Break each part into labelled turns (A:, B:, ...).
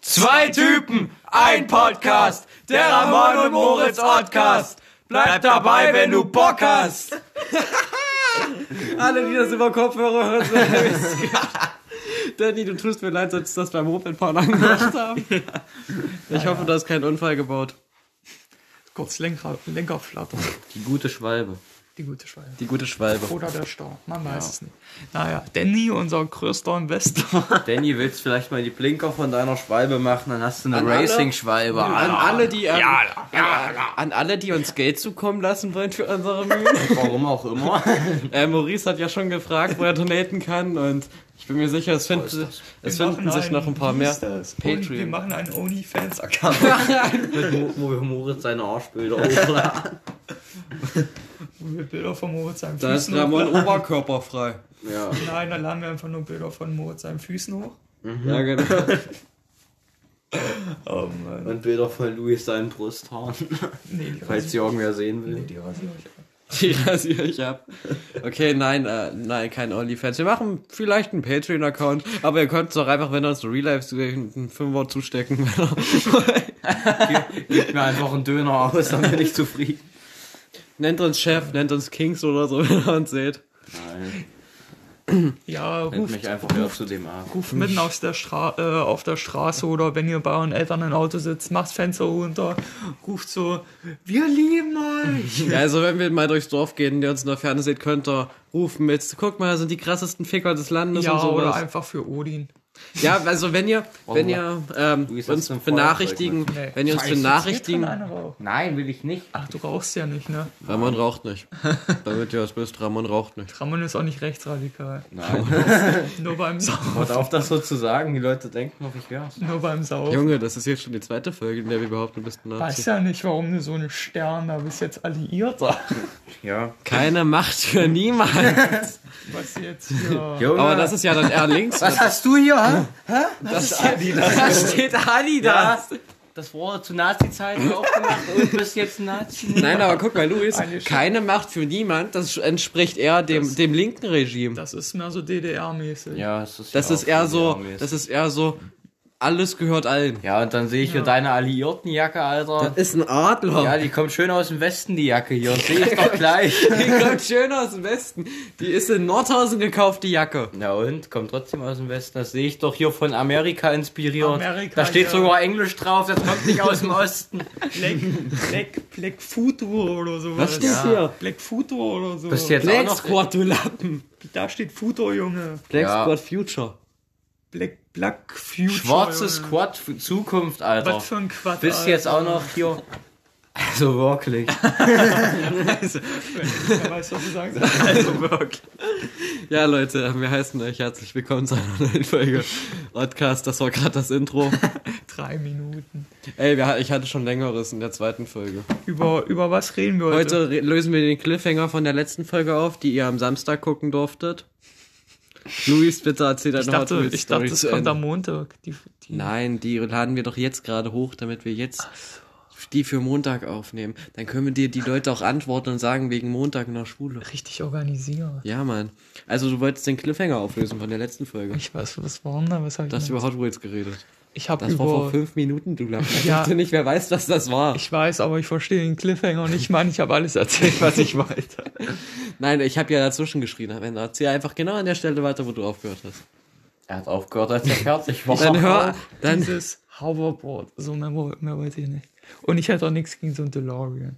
A: Zwei Typen, ein Podcast, der Ramon und Moritz Podcast. Bleib dabei, wenn du Bock hast.
B: Alle, die das über Kopfhörer hören, sind nervös. Danny, du tust mir leid, dass wir das beim Mopedfahren angemacht haben. Ich hoffe, du hast keinen Unfall gebaut.
C: Kurz Lenker, Lenkerflatter.
A: Die gute Schwalbe.
C: Die gute Schwalbe.
A: Die gute Schwalbe.
C: Oder der Stau. Man weiß es nicht. Naja, Danny, unser größter Investor.
A: Danny, willst vielleicht mal die Blinker von deiner Schwalbe machen, dann hast du eine
B: An alle-
A: Racing-Schwalbe.
B: An alle, die, ähm,
C: ja,
B: an alle, die uns Geld zukommen lassen wollen für unsere Mühen.
A: Warum auch immer.
B: Äh, Maurice hat ja schon gefragt, wo er donaten kann und ich bin mir sicher, es, finden- es finden sich noch ein paar mehr. Patreon.
C: Patreon. Wir machen einen OnlyFans-Account.
A: Mit Mo- Mo- Moritz seine Arschbilder. hochladen.
C: wo wir Bilder von Moritz seinen
B: Da ist
C: Füßen
B: Ramon
C: hochladen.
B: oberkörperfrei.
A: ja.
C: Nein, dann laden wir einfach nur Bilder von Moritz seinen Füßen hoch.
B: Ja, genau.
C: Oh Mann.
A: Und Bilder von Louis seinen Brusthaaren.
C: Nee, die
A: Falls
C: rasiere
A: die irgendwer sehen will.
C: die rasiere ich. ab.
B: Die rasiere ich ab. Okay, nein, äh, nein, kein OnlyFans. Wir machen vielleicht einen Patreon-Account, aber ihr könnt es doch einfach, wenn ihr uns Real Life einen Fünfer zustecken wollt.
A: Gib mir einfach einen Döner aus, dann bin ich zufrieden.
B: Nennt uns Chef, nennt uns Kings oder so, wenn ihr uns seht.
A: Nein.
C: Ja,
A: Nennt
C: ruft,
A: mich einfach wieder zu dem ab.
C: ruft mitten auf der, Stra äh, auf der Straße oder wenn ihr bei euren Eltern im Auto sitzt, macht Fenster runter, ruft so, wir lieben euch.
B: Ja, also wenn wir mal durchs Dorf gehen, die uns in der Ferne seht, könnt ihr rufen mit, guck mal, das sind die krassesten Ficker des Landes
C: Ja,
B: und
C: oder
B: sowas.
C: einfach für Odin.
B: Ja, also wenn ihr, wenn ihr ähm,
A: Luis, hast
B: uns
A: du ein
B: benachrichtigen,
A: Feuerzeug
C: Nee.
B: wenn ihr uns
C: Scheiße, jetzt
B: benachrichtigen,
C: geht schon einer rauf.
A: Nein, will ich nicht.
C: Ach, du rauchst ja nicht, ne?
B: Ramon raucht nicht. Damit ihr es wisst, Ramon raucht nicht.
C: Ramon ist auch nicht rechtsradikal.
A: Nein.
C: Nur beim Saufen.
A: Hört auf, das so zu sagen. Die Leute denken noch, ich wär's.
C: Nur beim Saufen.
B: Junge, das ist jetzt schon die zweite Folge, in der wir behaupten, du bist ein Nazi.
C: Weiß ja nicht, warum du so eine Stern da bist jetzt Alliierter.
A: Ja.
B: Keine Macht für niemanden.
C: Was jetzt hier.
A: Junge,
B: Aber das ist ja dann eher links.
A: was hast du hier? Hä?
B: das ist Da steht Adidas.
A: Das wurde zu Nazi-Zeiten aufgemacht und bist jetzt Nazi.
B: Nein, aber guck mal, Luis,
C: Eine Sch-
B: keine Macht für niemand, das entspricht eher dem, dem linken Regime.
C: Das ist mehr so DDR-mäßig.
A: Ja, es ist
B: Das
A: ja
B: ist
A: auch
B: eher
A: von
B: so,
A: Armees.
B: das ist eher so, alles gehört allen.
A: Ja, und dann sehe ich hier deine Alliiertenjacke, Alter.
B: Ist ein Adler.
A: Ja, die kommt schön aus dem Westen, die Jacke hier. Und sehe ich doch gleich.
B: Die kommt schön aus dem Westen. Die ist in Nordhausen gekauft, die Jacke.
A: Na und? Kommt trotzdem aus dem Westen. Das sehe ich doch hier von Amerika inspiriert.
C: Amerika,
A: da steht
C: ja.
A: sogar Englisch drauf. Das kommt nicht aus dem Osten.
C: Black, Black, Black Futur oder sowas.
B: Was steht hier?
C: Black Futur oder so.
A: Bist du jetzt
B: Black
A: auch noch...
B: Squad, du Lappen.
C: Da steht Futur, Junge.
B: Black
A: Ja.
B: Squad Future.
C: Black, Black Future.
A: Schwarze
C: Junge.
A: Squad für Zukunft, Alter.
C: Was für ein Quatsch.
A: Bist
C: Alter.
A: jetzt auch noch hier... Also wirklich.
C: Wer weiß, was du sagen sollst.
B: Ja, Leute, wir heißen euch herzlich willkommen zu einer neuen Folge Podcast. Das war gerade das Intro.
C: Drei Minuten.
B: Ey, wir, ich hatte schon längeres in der zweiten Folge.
C: Über, über was reden wir heute?
B: Heute re- lösen wir den Cliffhanger von der letzten Folge auf, die ihr am Samstag gucken durftet. Luis, bitte erzähl deine
C: ich dachte,
B: Hot Wheels
C: ich dachte
B: Story
C: es
B: zu
C: kommt
B: Ende.
C: am Montag. Die, die
B: Nein, die laden wir doch jetzt gerade hoch, damit wir jetzt die für Montag aufnehmen. Dann können wir dir die Leute auch antworten und sagen, wegen Montag in der Schule.
C: richtig organisiert.
B: Ja, Mann. Also du wolltest den Cliffhanger auflösen von der letzten Folge.
C: Ich weiß, was war denn da? Was hab
B: Du hast
C: ich
B: über Hot Wheels geredet.
C: ich habe
B: Das war vor
C: über.
B: fünf Minuten, du Lappen. Ich
C: Ja.
B: dachte nicht, wer weiß, was das war.
C: Ich weiß, aber ich verstehe den Cliffhanger nicht. Ich meine, ich habe alles erzählt, was ich wollte.
B: Nein, ich habe ja dazwischen geschrien. Wenn, Erzähl einfach genau an der Stelle weiter, wo du aufgehört hast.
A: Er hat aufgehört, als er fertig war.
B: Dann hör, dann
C: Dieses Hoverboard. So mehr, wo- mehr wollte ich nicht. Und ich hätte auch nichts gegen so ein DeLorean.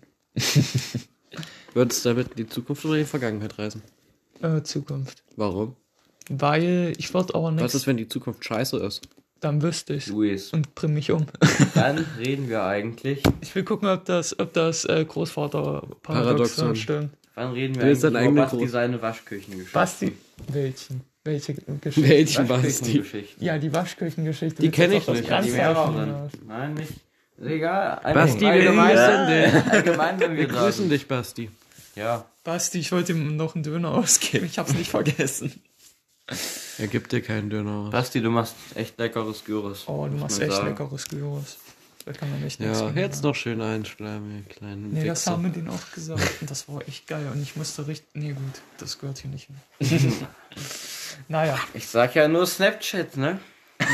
B: würdest du damit in die Zukunft oder in die Vergangenheit reisen.
C: Äh, Zukunft.
B: Warum?
C: Weil ich würde auch
B: Was
C: nichts.
B: ist, wenn die Zukunft scheiße ist?
C: Dann wüsste ich
A: Luis,
C: und bring mich um.
A: dann reden wir eigentlich...
C: Ich will gucken, ob das, ob das äh, Großvater-Paradoxon
B: Paradoxon.
C: stimmt.
A: Wann reden wir
B: Du bist
A: eigentlich
B: dein eigener
A: über Basti
B: Groß-
A: seine Waschküchengeschichte?
C: Basti. Welchen? Welche Geschichte?
B: Mädchen, Basti.
A: Waschküchengeschichten.
C: Ja, die Waschküchengeschichte.
B: Die
C: Willst
B: kenn
C: du
B: ich
C: doch das
B: nicht.
A: Ja, die
C: Ernsthafte
A: mehreren. Nein, nicht. Ist egal. Einfach
B: Basti, wir
A: allgemein,
B: grüßen dich.
A: allgemein, wenn wir
B: Wir grüßen
A: sagen.
B: dich, Basti.
A: Ja.
C: Basti, ich wollte ihm noch einen Döner ausgeben. Ich hab's nicht vergessen.
B: Er gibt dir keinen Döner.
A: Basti, du machst echt leckeres Gyros.
C: Oh, du
A: muss
C: machst
A: man
C: echt
A: sagen.
C: leckeres Gyros. Da kann man echt nichts
B: Ja,
C: gegen
B: jetzt
C: sagen.
B: noch schön einschleimen, ihr kleinen
C: Nee, das haben
B: Wichser.
C: wir denen auch gesagt. Und das war echt geil. Und ich musste richtig. Nee, gut, das gehört hier nicht hin. naja,
A: Ich sag ja nur Snapchat, ne?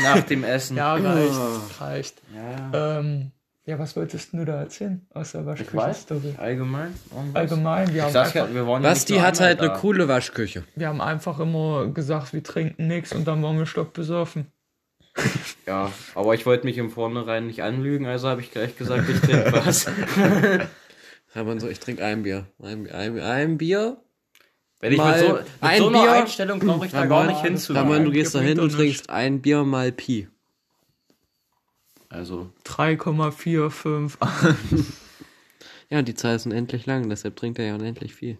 A: Nach dem Essen.
B: Ah.
C: Ja, reicht. reicht. Ja. Ähm, ja, was wolltest du da erzählen aus der Waschküche-Story?
A: Allgemein? Irgendwas?
C: Allgemein, wir
A: Ich
C: haben,
A: sag's
C: einfach,
A: ja, wir waren ja nicht
B: Basti
A: nur
B: hat
A: einmal
B: halt eine
A: da.
B: coole Waschküche.
C: wir haben einfach immer gesagt, wir trinken nichts und dann waren wir stockbesoffen.
A: Ja, aber ich wollte mich im Vornherein nicht anlügen, also habe ich gleich gesagt, ich trinke was.
B: Ja, man so, ich trinke ein Bier. Ein, Bier- ein, ein Bier.
A: Wenn ich
B: Mal
A: mit so, mit
B: ein
A: so einer
B: Bier-
A: Einstellung brauche ich da gar nicht
B: Ramon, du
A: hinzuhören.
B: gehst da hin
C: Gib
B: und
C: mir doch nicht.
B: trinkst ein Bier mal Pi.
A: Also,
C: 3,45.
B: Ja, und die Zahl ist unendlich lang, deshalb trinkt er ja unendlich viel.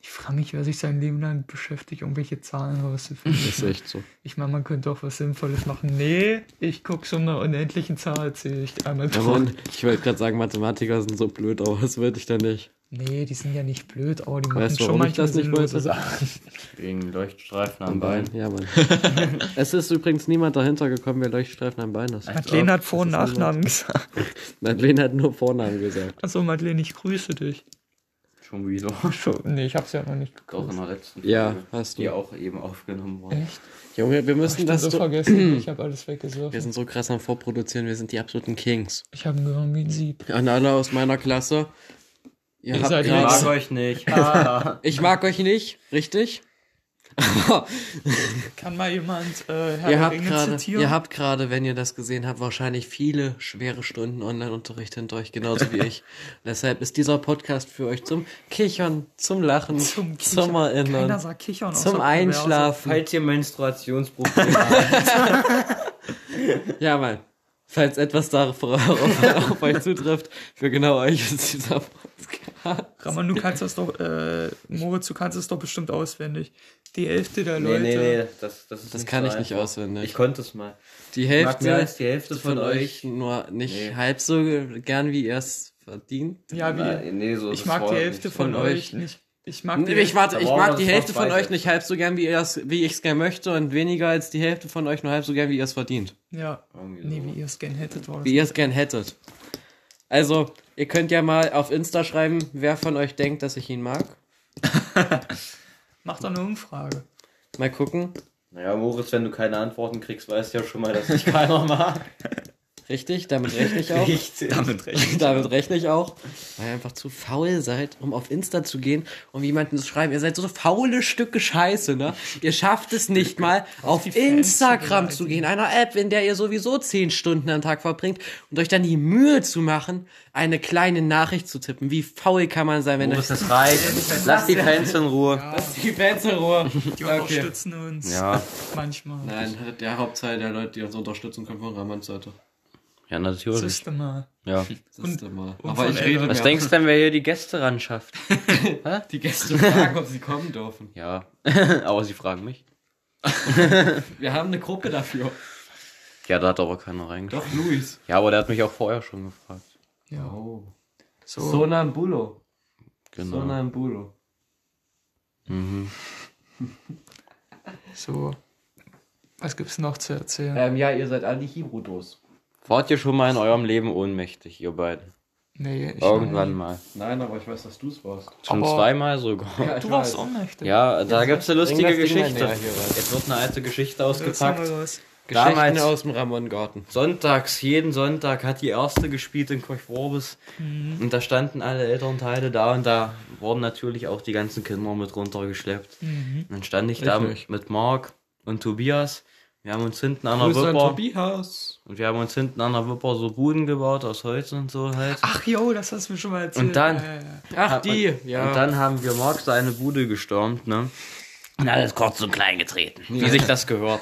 C: Ich frage mich, wer sich sein Leben lang beschäftigt, irgendwelche Zahlen rauszufinden.
B: Das ist echt so.
C: Ich meine, man könnte auch was Sinnvolles machen. Nee, ich gucke so einer unendlichen Zahl, zähle ich einmal durch.
B: Ramon, ich wollte gerade sagen, Mathematiker sind so blöd, aber das würde ich da nicht.
C: Nee, die sind ja nicht blöd, aber die machen
B: Weißt du,
C: schon
B: warum ich
C: manchmal
B: das nicht
C: sinnlose
B: wollte?
C: Sachen.
A: wegen Leuchtstreifen am
B: Am
A: Bein.
B: Bein? Ja, Mann. es ist übrigens niemand dahinter gekommen, wer Leuchtstreifen am Bein ist.
C: Madeleine hat Vor- und
B: Das ist
C: Nachnamen gesagt.
B: Madeleine hat nur Vornamen gesagt.
C: Achso, Madeleine, ich grüße dich.
A: Schon wieder.
C: Schon, nee, ich hab's ja noch nicht
A: Auch in
C: gegrüßt.
A: der letzten
B: Ja,
A: Folge,
B: hast du.
A: die auch eben aufgenommen worden.
C: Echt?
B: Junge, wir
C: Ich
B: müssen
C: hab
B: das
C: so
B: so...
C: vergessen, ich habe alles
B: Wir
C: weggesoffen.
B: sind so krass am Vorproduzieren, wir sind die absoluten Kings.
C: Ich habe gehört wie ein Sieb.
B: An alle aus meiner Klasse. Ihr, habt
C: seid
A: Ich
B: grad,
C: Kings.
A: mag euch nicht. Ah.
B: Ich mag euch nicht, richtig? Aber
C: Kann mal jemand äh, Herr
B: ihr
C: der
B: habt
C: Ringe
B: gerade,
C: zitieren?
B: ihr habt gerade, wenn ihr das gesehen habt, wahrscheinlich viele schwere Stunden Online-Unterricht hinter euch, genauso wie ich. Deshalb ist dieser Podcast für euch zum Kichern, zum Lachen, zum,
C: Kichern. Keiner
B: Erinnern,
C: sagt Kichern.
B: zum
C: außer
B: Einschlafen.
A: Falls ihr Menstruationsprobleme habt,
B: Ja, mal. Falls etwas darauf auf, auf euch zutrifft, für genau euch ist dieser Podcast.
C: Perverse. Ramon, du kannst das doch, äh, Moritz, du kannst das doch bestimmt auswendig. Die Hälfte der
A: nee,
C: Leute.
A: nee, nee, das, das ist
B: Das
A: nicht
B: kann
A: so
B: ich nicht
A: einfach.
B: auswendig.
A: Ich konnte es mal.
B: Die
A: Mag
B: Hälfte
A: mehr als die Hälfte von, euch.
B: nur nicht
A: Nee.
B: halb so gern, wie ihr es verdient.
C: Ja, wie,
A: Nein, nee, so ist
C: ich
A: es
C: mag die
A: vorher
C: Hälfte
A: nicht.
C: von,
B: Von
C: euch
B: euch.
C: nicht. Ich mag die
B: Nee, ich warte,
A: Da
B: ich
A: brauchen
B: mag
A: wir
B: die
A: uns
B: Hälfte
A: noch
B: von
A: zwei
B: euch nicht halb so gern, wie ihr es, wie ich es gern möchte und weniger als die Hälfte von euch nur halb so gern, wie ihr es verdient.
C: Ja.
A: Irgendwie so.
C: Nee, wie ihr es gern hättet, war das.
B: Wie ihr es gern hättet. Also, ihr könnt ja mal auf Insta schreiben, wer von euch denkt, dass ich ihn mag.
C: Macht doch eine Umfrage.
B: Mal gucken.
A: Naja, Moritz, wenn du keine Antworten kriegst, weißt du ja schon mal, dass ich keiner mag.
B: Richtig, damit rechne ich auch.
A: Richtig.
C: Damit recht.
B: Damit rechne ich auch, weil ihr einfach zu faul seid, um auf Insta zu gehen und jemanden zu schreiben. Ihr seid so faule Stücke Scheiße, ne? Ihr schafft es nicht mal, auf Instagram zu gehen, einer App, in der ihr sowieso zehn Stunden am Tag verbringt und euch dann die Mühe zu machen, eine kleine Nachricht zu tippen. Wie faul kann man sein, wenn euch
A: Moritz, das reicht. Lass die Fans in Ruhe.
B: Oh, die Fans in Ruhe.
C: Die unterstützen uns.
A: Ja.
C: Manchmal.
B: Nein, der Hauptteil der Leute, die uns unterstützen, kommt von Ramans Seite.
A: Ja, natürlich.
C: Siehste mal.
A: Ja.
B: Das ist immer.
C: und von Eltern.
A: Was denkst du denn, wer hier die Gäste ran schafft?
B: Die Gäste fragen, ob sie kommen dürfen.
A: Ja. aber sie fragen mich.
B: Wir haben eine Gruppe dafür.
A: Ja, da hat aber keiner reingeschaut.
B: Doch, Luis.
A: Ja, aber der hat mich auch vorher schon gefragt.
C: Ja.
B: Oh.
C: So.
B: Sonambulo.
A: Genau.
B: Sonambulo.
C: so. Was gibt's noch zu erzählen?
B: Ähm, ja, ihr seid alle Hibrudos.
A: Wart ihr schon mal in eurem Leben ohnmächtig, ihr beiden?
C: nee, ich
A: Irgendwann mal.
B: Nein, aber ich weiß, dass du es warst.
A: Schon
C: Aber-
A: zweimal sogar.
C: Du warst ohnmächtig.
A: Ja, da gibt's eine lustige
B: Bring das Ding mal
A: Geschichte.
B: näher hier rein.
A: Jetzt wird eine alte Geschichte
C: Jetzt haben
A: ausgepackt.
C: wir was.
B: Geschichten
A: Damals-
B: aus dem Ramon-Garten.
A: Sonntags, jeden Sonntag hat die erste gespielt in Kochworbis. Und da standen alle Elternteile da und da wurden natürlich auch die ganzen Kinder mit runtergeschleppt. Und dann stand ich da
B: Richtig.
A: mit Marc und Tobias. Wir haben uns hinten
B: Ah,
A: an der Wipper
B: Tobias.
A: und wir haben uns hinten an der Wipper so Buden gebaut aus Holz und so halt.
C: Ach jo, das hast du mir schon mal erzählt.
A: Und dann-
C: Ja, ja, ja.
B: Ach, die.
A: Und,
B: ja.
A: und dann haben wir Marc seine Bude gestürmt, ne? Und alles kurz und klein getreten, wie sich das gehört.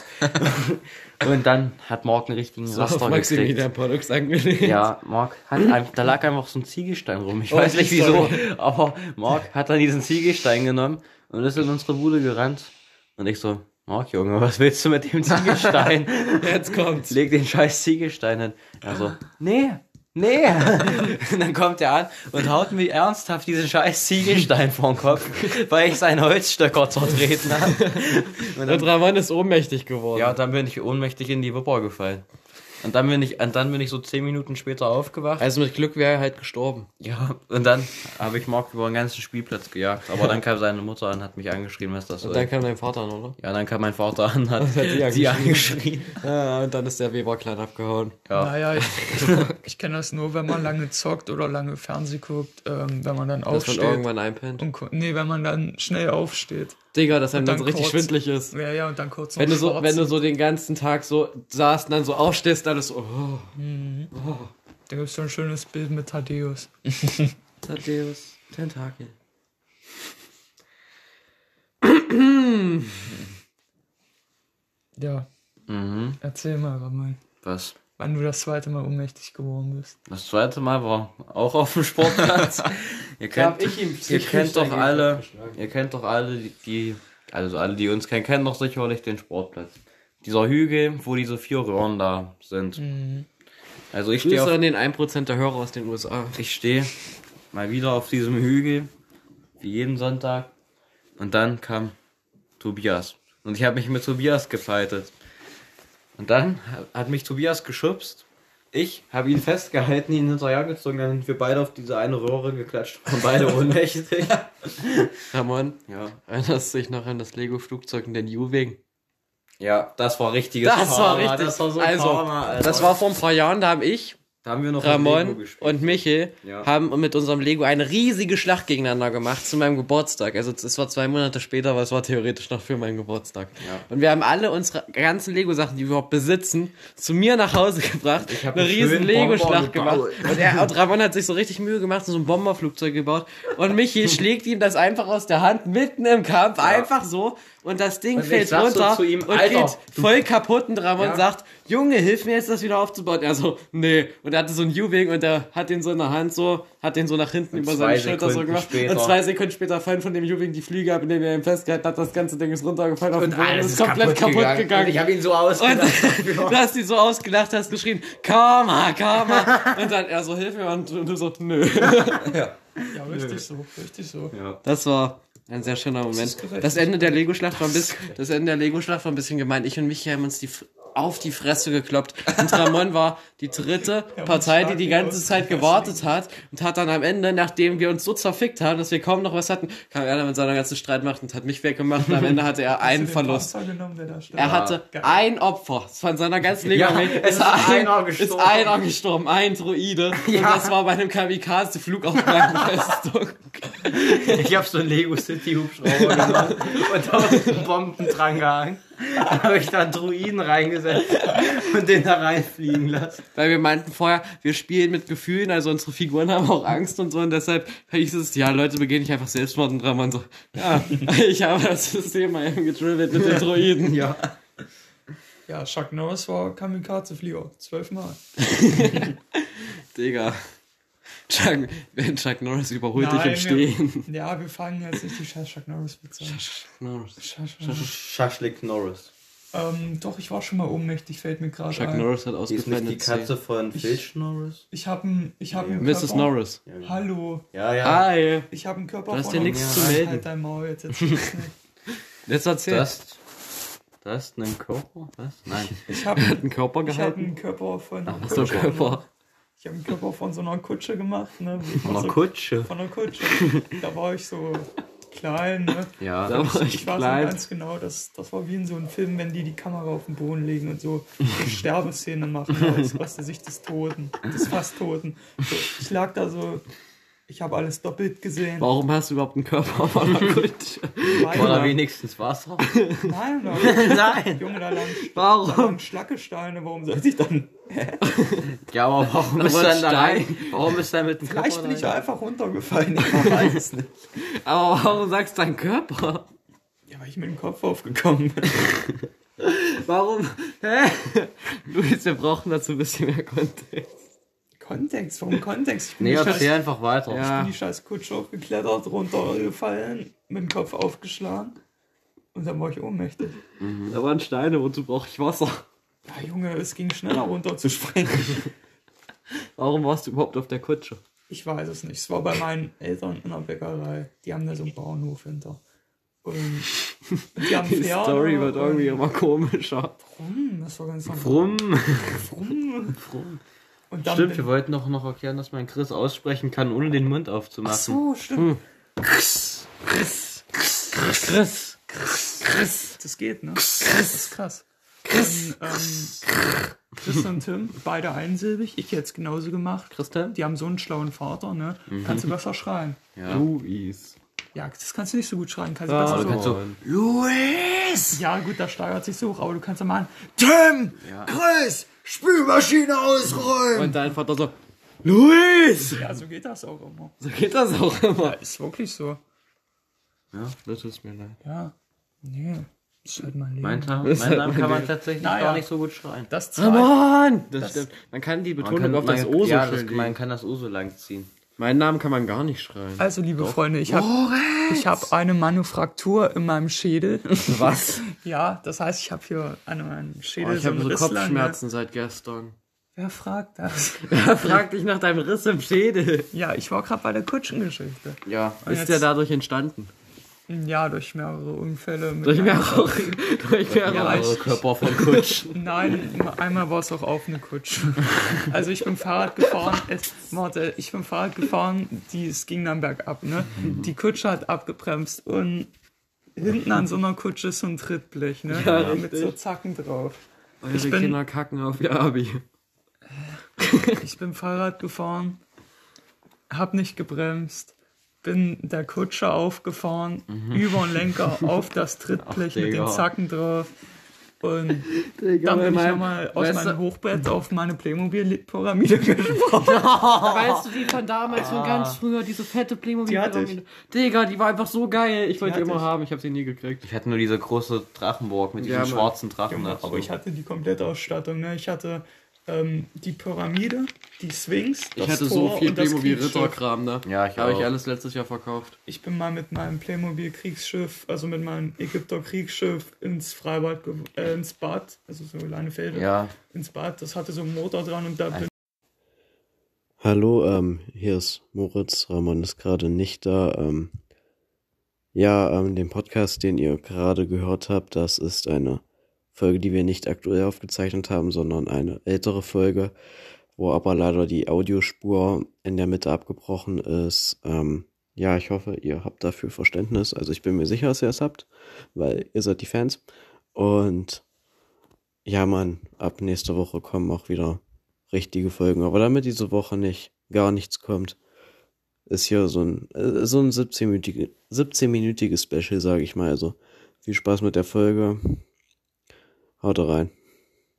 A: und dann hat Marc einen richtigen
B: so auf
A: Raster gekriegt.
B: Maximilian Pollux angelegt.
A: Ja, Marc hat einfach, da lag einfach so ein Ziegelstein rum. Ich
B: Oh,
A: weiß nicht wieso,
B: sorry.
A: aber Marc hat dann diesen Ziegelstein genommen und ist in unsere Bude gerannt. Und ich so, Marc, Junge, was willst du mit dem Ziegelstein?
B: Jetzt kommt's.
A: Leg den scheiß Ziegelstein hin. Er so, nee, nee. Und dann kommt er an und haut mir ernsthaft diesen scheiß Ziegelstein vor den Kopf, weil ich seinen Holzstöcker zertreten habe.
B: Und Ramon ist ohnmächtig geworden.
A: Ja, dann bin ich ohnmächtig in die Wipper gefallen. Und dann bin ich, und dann bin ich so zehn Minuten später aufgewacht.
B: Also mit Glück wäre er halt gestorben.
A: Ja. Und dann habe ich Mark über den ganzen Spielplatz gejagt. Aber dann kam seine Mutter an, hat mich angeschrien, was das
B: Und
A: soll.
B: dann kam dein Vater an, oder?
A: ja, dann kam mein Vater an, hat,
B: hat die angeschrien.
A: sie angeschrien.
B: Ja, Oh, und dann ist der Weber klein abgehauen.
A: Ja.
C: Naja, ich, ich kenne das nur, wenn man lange zockt oder lange Fernseh guckt, ähm, wenn man dann
B: Dass man
C: aufsteht.
B: irgendwann einpennt.
C: Und, ku- nee, wenn man dann schnell aufsteht.
B: Digga, dass einem dann, so
C: dann
B: richtig
C: kurz.
B: schwindelig ist.
C: Ja, ja, und dann kurz noch
B: Wenn du, so,
C: schwarzen.
B: wenn du so den ganzen Tag so saßt und dann so aufstehst, alles so. Oh.
C: Da gibt es so ein schönes Bild mit Thaddeus.
B: Tadeus Tentakel.
C: Ja,
A: Mhm.
C: erzähl mal, Ramon,
A: Was?
C: wann du das zweite Mal ohnmächtig geworden bist.
A: Das zweite Mal war auch auf dem Sportplatz. ihr kennt,
B: hab ich ihm
A: ihr
B: ziemlich
A: kennt doch
B: dagegen
A: alle,
B: aufgeschlagen.
A: ihr kennt doch alle, die, also alle, die uns kennen, kennen doch sicherlich den Sportplatz. Dieser Hügel, wo diese vier Röhren da sind. Also ich stehe auf
B: Mhm. Grüße an den 1% der Hörer aus den USA.
A: ich stehe mal wieder auf diesem Hügel, wie jeden Sonntag. Und dann kam Tobias. Und ich habe mich mit Tobias gefightet. Und dann ha- hat mich Tobias geschubst. Ich habe ihn festgehalten, ihn hinterhergezogen, dann sind wir beide auf diese eine Röhre geklatscht und beide ohnmächtig.
B: Ramon,
A: Ja.
B: erinnerst du dich noch an das Lego-Flugzeug und den U-Wing?
A: ja, das war richtiges Karma. Das war so
B: also,
A: Karma, Alter.
B: das war vor ein paar Jahren, da haben ich,
A: Da haben wir noch mit Lego
B: Ramon
A: gespielt.
B: und Michel
A: Ja.
B: haben mit unserem Lego eine riesige Schlacht gegeneinander gemacht zu meinem Geburtstag. Also es war zwei Monate später, aber es war theoretisch noch für meinen Geburtstag.
A: Ja.
B: Und wir haben alle unsere ganzen Lego-Sachen, die wir überhaupt besitzen, zu mir nach Hause gebracht.
A: ich hab
B: eine
A: einen
B: riesen
A: schönen Bomber
B: Lego-Schlacht gemacht.
A: gebaut.
B: Und, er, und Ramon hat sich so richtig Mühe gemacht und so ein Bomberflugzeug gebaut. Und Michel schlägt ihm das einfach aus der Hand mitten im Kampf, einfach so. Und das Ding
A: Und ich
B: fällt
A: sag so
B: runter
A: zu ihm,
B: und
A: Alter,
B: geht
A: du
B: voll kaputt und Ramon
A: Ja.
B: sagt, Junge, hilf mir jetzt das wieder aufzubauen. Er so, nee. Und er hatte so einen U-Wing und er hat den so in der Hand so, hat den so nach hinten über
A: zwei
B: seine Schulter so
A: Sekunden
B: gemacht.
A: später.
B: Und zwei Sekunden später fallen von dem U-Wing die Flüge ab, indem er ihn festgehalten hat. Das ganze Ding ist runtergefallen auf den Boden und ist komplett kaputt gegangen.
A: Und ich habe ihn so
B: Und
A: ausgedacht.
B: du hast ihn so ausgelacht, hast geschrien, Karma, Karma. Und dann er so, hilf mir. Und du so, nö.
C: Ja, richtig so, richtig so.
B: Das war ein sehr schöner Moment. Das, Ende der Lego-Schlacht war ein bisschen, das Ende der Lego-Schlacht war ein bisschen gemein. Ich und Michi haben uns die, F- auf die Fresse gekloppt. Und Ramon war die dritte Partei, die die ganze Zeit gewartet hat und hat dann am Ende, nachdem wir uns so zerfickt haben, dass wir kaum noch was hatten, kam er dann mit seiner ganzen Streitmacht und hat mich weggemacht und am Ende hatte er einen Verlust.
C: Genommen, der da steht.
B: Er hatte
C: Geil.
B: ein Opfer von seiner ganzen Leben.
A: Ja, es ist einer
B: Ist
A: gestorben.
B: einer gestorben, ein Droide. Und das war bei einem Kamikaze-Flug auf meiner Festung.
A: Ich habe so einen Lego City Hubschrauber gemacht und da unten Bomben dran gehangen. Da habe ich da einen Druiden reingesetzt und den da reinfliegen lassen.
B: Weil wir meinten vorher, wir spielen mit Gefühlen, also unsere Figuren haben auch Angst und so und deshalb hieß es, ja Leute, begehen nicht einfach Selbstmord und Ramon so, ja, ich habe das System mal eben getribbelt mit den Droiden.
A: Ja.
C: Ja, Chuck Norris war Kamikaze-Flieger. Zwölfmal.
B: Digga. Chuck, wenn Chuck Norris überholt dich
C: Nein,
B: im Stehen.
C: Wir, ja, wir fangen jetzt nicht die scheiß Chuck Norris-Witze an.
B: Norris.
C: Scheiß Chuck Norris.
A: Schaschlik Norris.
C: Ähm, doch, ich war schon mal ohnmächtig, fällt mir gerade
B: Chuck
C: ein.
B: Norris hat
A: Die ist nicht
B: ausgefallene
A: die Katze
B: Zähne.
A: von Filch Norris?
C: Ich habe einen ich hab einen
B: Mrs.
C: Körper-
B: Norris.
C: Hallo.
A: Ja, ja.
B: Hi.
C: Ich habe einen Körper
B: Du hast
C: von
B: dir nichts
C: einem-
B: zu melden.
C: Halt dein Maul jetzt. jetzt nicht.
B: Jetzt erzähl. Das
A: Das, das ist ein Körper? Was? Nein.
C: Ich habe
B: hat einen Körper
C: ich hab
B: gehalten.
C: einen Körper von
B: Ach so, Körper.
C: Ich habe einen Körper von so einer Kutsche gemacht, ne? wo ich
A: Von
C: noch
A: einer
C: so-
A: Kutsche.
C: Von einer Kutsche. Da war ich so klein, ne?
A: Ja.
B: Da war
C: Ich
B: ich
C: weiß noch
B: klein.
C: ganz genau, das, das war wie in so einem Film, wenn die die Kamera auf den Boden legen und so eine Sterbeszene machen aus, aus der Sicht des Toten, des fast Toten. So, ich lag da so, ich habe alles doppelt gesehen.
B: Warum hast du überhaupt einen Körper von einer Kutsche?
C: Beine-
A: Oder wenigstens Wasser?
C: Nein, Leute.
A: Nein.
C: Junge, da lagen, da
B: Warum?
C: lagen Schlackesteine, warum sollte ich dann?
A: Ja, aber warum ist
B: war ein
A: dann da
B: Stein.
A: rein? Warum ist da mit dem Körper
C: Vielleicht bin ich
A: rein?
C: einfach runtergefallen, ich weiß es nicht.
B: Aber warum sagst du deinen Körper?
C: Ja, weil ich mit dem Kopf aufgekommen bin.
B: Warum? Hä? Luis, wir brauchen dazu ein bisschen mehr Kontext.
C: Kontext, warum Kontext? Ich bin
A: Nee,
C: die scheiß,
A: erzähl einfach weiter.
B: Ja.
C: bin die scheiß Kutsche hochgeklettert, runtergefallen, mit dem Kopf aufgeschlagen. Und dann war ich ohnmächtig.
B: Da waren Steine, wozu brauche ich Wasser?
C: Ja, Junge, es ging schneller runter zu springen.
B: Warum warst du überhaupt auf der Kutsche?
C: Ich weiß es nicht. Es war bei meinen Eltern in der Bäckerei. Die haben da so einen Bauernhof hinter. Und die haben
B: Die
C: Pferde
B: Story wird
C: und-
B: irgendwie immer komischer.
C: Frum, das war ganz normal.
A: Brumm.
C: Frum. Und dann
A: Stimmt, wir wollten doch noch erklären, dass man Chris aussprechen kann, ohne den Mund aufzumachen.
C: so, stimmt.
B: Chris.
C: Das geht, ne? Das ist krass. Chris. Dann, ähm, Chris und Tim, beide einsilbig. Ich hätte es genauso gemacht.
B: Christian?
C: Die haben so einen schlauen Vater, ne? Kannst du besser schreien.
A: Ja.
B: Luis.
C: Ja, das kannst du nicht so gut schreien. Kannst du
B: Ja,
A: Aber
C: besser
A: du
C: so.
A: kannst so,
B: Mann.
D: Luis!
C: Ja, gut, das steigert sich so hoch, aber du kannst ja machen.
D: Tim! Chris! Spülmaschine ausräumen!
B: Und dein Vater so, Luis!
C: Ja, so geht das auch immer.
B: So geht das auch immer.
C: Ist wirklich so.
A: ja, das tut mir leid.
C: Ja. Nee. Ist halt mein Leben.
A: Mein, Ta- mein
B: halt
A: Name
B: mein
A: kann man tatsächlich
C: Naja.
A: gar nicht so gut schreien.
C: das
B: Ah,
C: zweite.
B: Mann! Das, stimmt. Man kann die
A: Man
B: Betonung
A: kann,
B: auf das
A: man-
B: O so
A: ja,
B: schön
A: das,
B: legen.
A: man kann das O so lang ziehen.
B: Meinen Namen kann man gar nicht schreien.
C: Also, liebe Freunde, ich habe ich hab eine Manufaktur in meinem Schädel.
B: Was?
C: ja, das heißt, ich habe hier an meinem
B: Oh,
C: Schädel
B: ich
C: so einen
B: habe so
C: Riss Also lang,
B: Kopfschmerzen seit gestern.
C: Ja. Wer fragt das?
B: Frag dich nach deinem Riss im Schädel.
C: ja, ich war gerade bei der Kutschengeschichte.
B: Ja,
C: Und
B: ist
C: jetzt-
B: der dadurch entstanden.
C: Ja, durch mehrere Unfälle. Mit
B: Durch
C: einem-
B: mehrere, durch mehrere
C: Ja,
A: Eure
C: ich-
A: Körper von Kutschen.
C: Nein, einmal war es auch auf eine Kutsche. Also ich bin Fahrrad gefahren, es, warte, ich bin Fahrrad gefahren, die, es ging dann bergab, ne?
B: Mhm.
C: Die Kutsche hat abgebremst und hinten an so einer Kutsche ist so ein Trittblech, ne?
B: Ja,
C: Mit
B: richtig.
C: so Zacken drauf.
B: Eure
C: Ich bin-
B: Kinder kacken auf ihr Abi.
C: Ich bin Fahrrad gefahren, hab nicht gebremst, bin der Kutsche aufgefahren, über den Lenker auf das Trittblech
A: Ach,
C: mit den
A: Digga.
C: Zacken drauf. Und dann bin ich nochmal aus meinem Hochbett auf meine Playmobil-Pyramide gesprungen.
B: Weißt du, die von damals von ganz früher, diese fette
C: Oh. Ah. Die hatte ich.
B: Playmobil-Pyramide? Digga, die war einfach so geil. Ich wollte die
C: hatte
B: immer
C: ich.
B: haben, ich habe sie nie gekriegt.
A: Ich hatte nur diese große Drachenburg mit
B: Ja,
A: diesem
B: Mann.
A: schwarzen Drachen
C: Junge,
A: dazu.
C: aber ich hatte die komplette Ausstattung. Ne? Ich hatte ähm, die Pyramide, die Sphinx, das
B: Ich
C: Tor
B: hatte so viel
C: und das Kriegsschiff.
B: Playmobil-Ritterkram da.
A: Ja, ich
B: Habe ich
A: auch.
B: alles letztes Jahr verkauft.
C: Ich bin mal mit meinem Playmobil-Kriegsschiff, also mit meinem Ägypter-Kriegsschiff ins Freibad, ge- äh, ins Bad, also so Leinefelde,
A: ja,
C: ins Bad. Das hatte so einen Motor dran und da bin
E: Hallo, ähm, hier ist Moritz. Ramon ist gerade nicht da. Ähm, ja, ähm, den Podcast, den ihr gerade gehört habt, das ist eine Folge, die wir nicht aktuell aufgezeichnet haben, sondern eine ältere Folge, wo aber leider die Audiospur in der Mitte abgebrochen ist. Ähm, ja, ich hoffe, ihr habt dafür Verständnis. Also ich bin mir sicher, dass ihr es habt, weil ihr seid die Fans. Und ja, Mann, ab nächster Woche kommen auch wieder richtige Folgen. Aber damit diese Woche nicht gar nichts kommt, ist hier so ein, äh, so ein 17-minütige- 17-minütiges Special, sage ich mal. Also viel Spaß mit der Folge. Haut rein.